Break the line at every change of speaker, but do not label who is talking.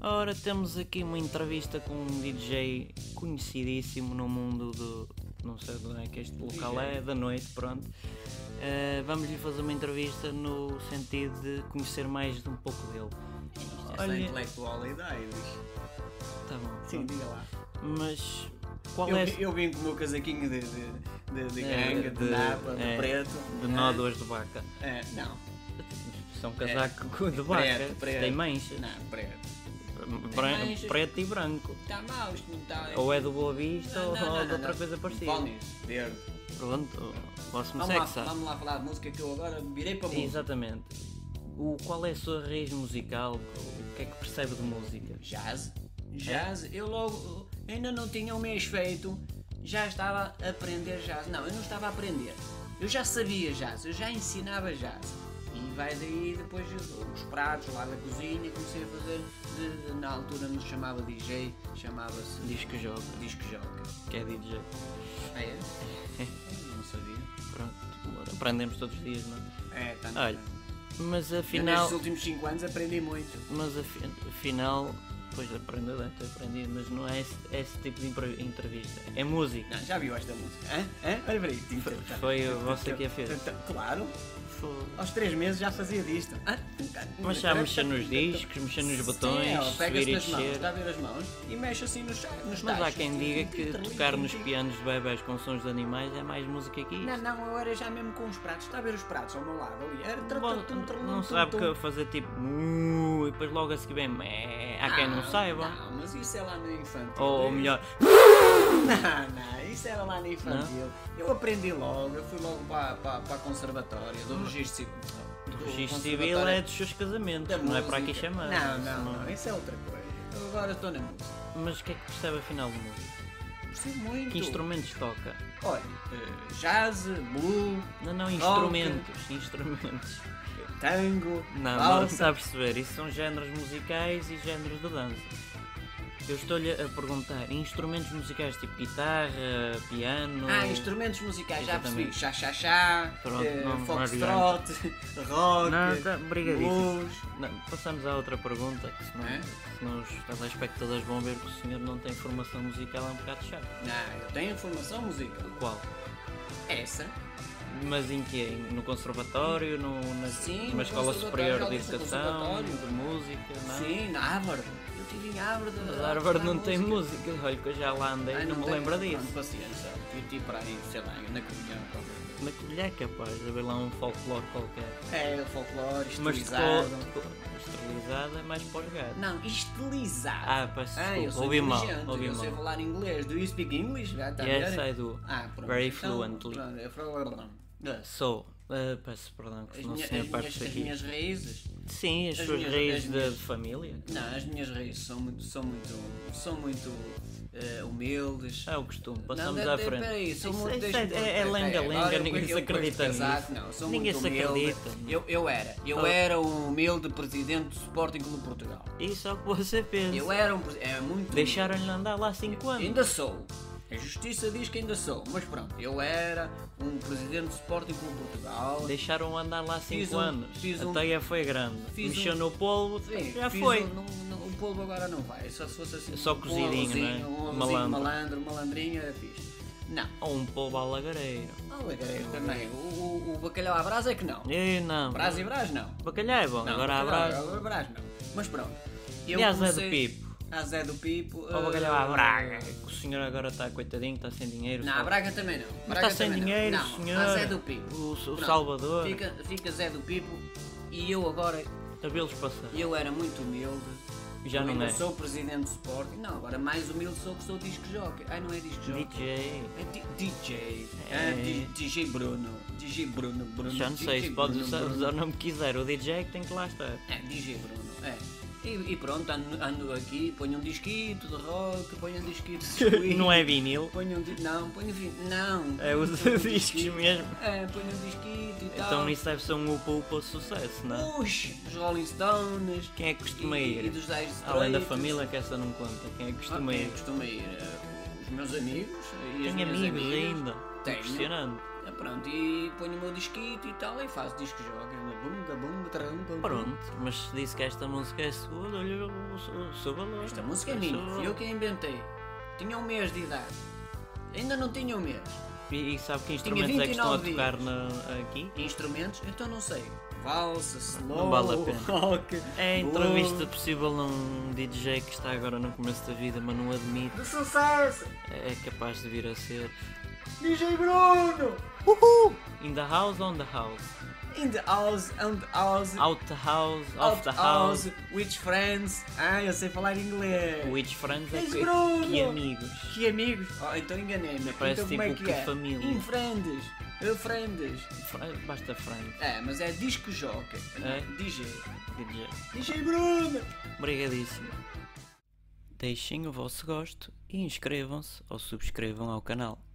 Ora, temos aqui uma entrevista com um DJ conhecidíssimo no mundo do. Não sei de onde é que este local é, da noite, pronto. Eh, Vamos lhe fazer uma entrevista no sentido de conhecer mais de um pouco dele.
Isto é só
Olha-
intelectualidades.
Tá bom.
Sim,
pronto.
Então, diga lá.
Mas qual
Eu,
é.
eu vim com o meu casaquinho de, de, de, de
É,
ganga, de,
de-
napa, de
é,
preto.
de nódoas de vaca?
É, não,
São casaco de vaca,
É. preto, preto.
tem manchas.
não, preto.
Bran-
Tem manchas.
Preto e branco.
Está mau, Tá isto não está.
Ou é do Boa Vista
Não,
ou,
não, não,
ou de
não,
outra
não.
coisa parecida.
Pónis, verde.
Pronto, posso me
Vamos lá,
sexar.
vamos lá falar de música que eu agora virei para música.
Exatamente. O, qual é a sua raiz musical? O que é que percebe de música?
Jazz.
É.
Jazz. Eu logo eu ainda não tinha o mês feito, já estava a aprender jazz. Não, eu não estava a aprender. Eu já sabia jazz, eu já ensinava jazz. E vai daí depois os pratos lá da cozinha, comecei a fazer. de- de- na altura não se chamava DJ, chamava-se
Diz que joga,
disco jockey.
que é DJ.
Ah, é? não sabia.
Pronto, aprendemos todos os dias, não é?
É, tá na-
Olha, mas
Eu
afinal.
nestes últimos 5 anos aprendi muito.
Mas afi- afinal. Pois aprendo, deve ter aprendido, mas não é esse, é esse tipo de impre- entrevista. É música.
Não, já viu esta música? Hã? Hã? Olha para aí. Tim, tam, tam,
Foi
tam,
você
tam,
que a fez.
tam, tam. Claro.
Fogo.
Aos três meses já fazia disto. Ah, um
Mas já mexer nos discos, mexer nos botões,
Sim, ó,
subir
pega-se
e
nas mãos,
descer.
está a ver as mãos e mexe assim nos, nos
Mas há
tachos. assim,
quem
tipo
diga que tocar nos pianos de bebés com sons de animais é mais música que
Não,
isto.
não, eu era já mesmo com os pratos, está a ver os pratos ao meu lado ali. Era tra-
Bom,
tum, tum, tum,
não
tum,
sabe
tum.
que fazer tipo mu e depois logo a seguir bem mé. Há quem não
Ah,
saiba.
Não, mas isso é lá no infantil.
Ou, ou melhor,
Não, não, isso era lá no infantil. Eu aprendi logo, eu fui logo para, para, para a conservatória do registro civil.
o
do
registro
conservatório
civil é dos seus casamentos,
da
não é para aqui
música.
chamar.
Não, não, não, isso é outra coisa. Eu agora estou na música.
Mas o que é que percebe afinal de música?
Percebo muito.
Que instrumentos toca?
Olha, eh, jazz, blues,
Não, não, instrumentos, instrumentos.
eh, tango,
Não, não
valsa.
está a perceber. Isso são géneros musicais e géneros de dança. Eu estou-lhe a perguntar, instrumentos musicais tipo guitarra, piano...
Ah, instrumentos musicais, já percebi.
Exatamente.
Chá, chá, chá,
Pronto,
eh,
não- não
foxtrot, rock,
Não, tá, obrigadíssimo.
blues.
Não, passamos à outra pergunta, que senão,
É?
senão os telespectadores vão ver que o senhor não tem formação musical, é um bocado chato.
Não, eu tenho formação musical.
Qual?
Essa,
Mas em que? No conservatório? No, na,
Sim,
numa
no
escola
conservatório,
superior de
já disse, no
educação?
conservatório.
De música? Não?
sim, na Harvard. Eu tive em Harvard.
Ah. Mas
a
a Harvard
estudar Ah,
não tem música. Olha que eu já lá andei
Ai,
e não, me
tenho,
lembro
pronto,
disso.
paciência. Eu tive para aí, sei lá, na comunhão. qualquer
Na colher é capaz de haver lá um folclore qualquer.
coisa. É, folclore,
Mas
estilizado.
tocou- tocou- esterilizado é mais para os gatos.
Não, estilizado.
Ah, peço
Ah, eu
desculpa,
sou
ouvi mal.
inteligente,
Ouvi
eu
mal.
sei falar inglês. Do you speak English? Ah, tá
Yes,
melhor?
I do.
Ah, pronto.
Very
Então,
fluently.
pronto, eu falo- As
Sou. Ah, peço perdão que não
minha-
sei a
as
parte
minhas- as
daqui.
minhas raízes?
Sim, as,
As
suas
minhas-
raízes
as
de,
minhas-
de família.
Não, as minhas raízes são muito, são muito, são muito eh, humildes.
É o costume, passamos
Não, de-
à
de-
frente.
Peraí, sou
Isso-
muito
isso
deixa-me-
é é
peraí,
lenga-lenga,
agora eu
ninguém
pus-
se
eu pus
acredita
casaco,
nisso.
Não, sou
Ninguém
muito
se
humilde.
acredita.
Eu, eu era, eu
Oh.
era o humilde presidente do Sporting Clube de Portugal.
Isso é o que você pensa.
Eu era um, presi- é muito
Deixaram-lhe andar lá há 5 anos.
Ainda sou. A justiça diz que ainda sou, mas pronto, eu era um presidente do Sporting Clube de Portugal.
Deixaram andar lá há
Fiz
5
um-
anos.
fiz
a
um-
teia foi grande.
fiz
Mexeu
um-
no polvo,
Sim,
já
fiz
foi.
um- não- não- o polvo agora não vai, só se fosse assim.
Só
um
cozidinho,
arrozinho,
não é?
Um malandro.
Malandro.
malandro, malandrinho era fixe. Não.
Ou um polvo à lagareira.
Ah, lagarto também. O, o, o bacalhau à brasa é que não.
Ei, não.
Brás e brás não.
Bacalhau é bom.
Não,
Agora
bacalhau,
abraço.
agora brás não. Mas pronto.
E a Zé do Pipo?
A Zé do Pipo.
Ou
eh,
bacalhau à Braga. que O senhor agora está coitadinho, está sem dinheiro.
Não,
só-
a Braga também não.
Mas
Braga
está sem
também não.
dinheiro,
não.
senhor.
A Zé do Pipo.
O- o
Pronto.
Salvador.
Fica, fica Zé do Pipo e eu agora,
A vê-los passar.
eu era muito humilde.
Já
Eu
não
ainda
é.
sou presidente do Sporting. Não, agora mais humilde sou que sou disco jockey. Ai, não é disco jockey.
DJ.
É di- DJ.
É.
É. di- DJ Bruno. DJ Bruno. Bruno.
Já não sei,
DJ
se pode
Bruno,
usar,
Bruno.
usar o nome que quiser. O DJ é que tem que lá estar.
É, DJ Bruno, é. E, e pronto, ando, ando aqui, ponho um disquito de rock, ponho um disquito de Queen.
Não é vinil,
Ponho um di- Não, ponho vinil. Não.
é os
Ponho um
discos
disquito.
mesmo.
É, ponho um disquito e tal.
Então isso deve ser um upa upa sucesso, não é?
Puxa, dos Rolling Stones.
Quem é que costuma
e, E
ir?
dos Dire
Além da
Straits. Ah,
família, que essa não conta. Quem é que costuma
Ok,
ir?
Costuma ir. eh, Os meus amigos. e
Tem
as minhas
amigos
amigas.
ainda.
Tenho.
Impressionante.
Ah, Pronto, e ponho o meu disquito e tal, e faço disco jogo. Bunga, bunga, trum, bum, bum.
Pronto, mas se disse que esta música é sua, olha o seu- o seu valor.
Esta música é
O
minha,
seu
fui
valor.
eu que a inventei. Tinha um mês de idade. Ainda não tinha um mês.
E, e sabe que instrumentos é que estão a
29
tocar na- aqui?
Instrumentos? Então não sei. Valsa, slow,
Não vale a pena.
rock.
É a entrevista
blues.
possível a um DJ que está agora no começo da vida, mas não admite,
Do sucesso!
é capaz de vir a ser.
DJ Bruno!
Uhul! In the house, on the house.
In the house, on the house,
Out the house, off
out
the house.
with friends. Ah, eu sei falar inglês.
Which friends é
Mas
que,
Bruno!
que amigos.
Que amigos? Oh, então enganei-me.
Parece
então como
tipo
é que,
que
é?
família.
In friends. Eh, friends.
Fra- Basta friends.
É, mas é disco jockey.
É?
DJ.
DJ.
DJ Bruno!
Obrigadíssimo. Deixem o vosso gosto e inscrevam-se ou subscrevam ao canal.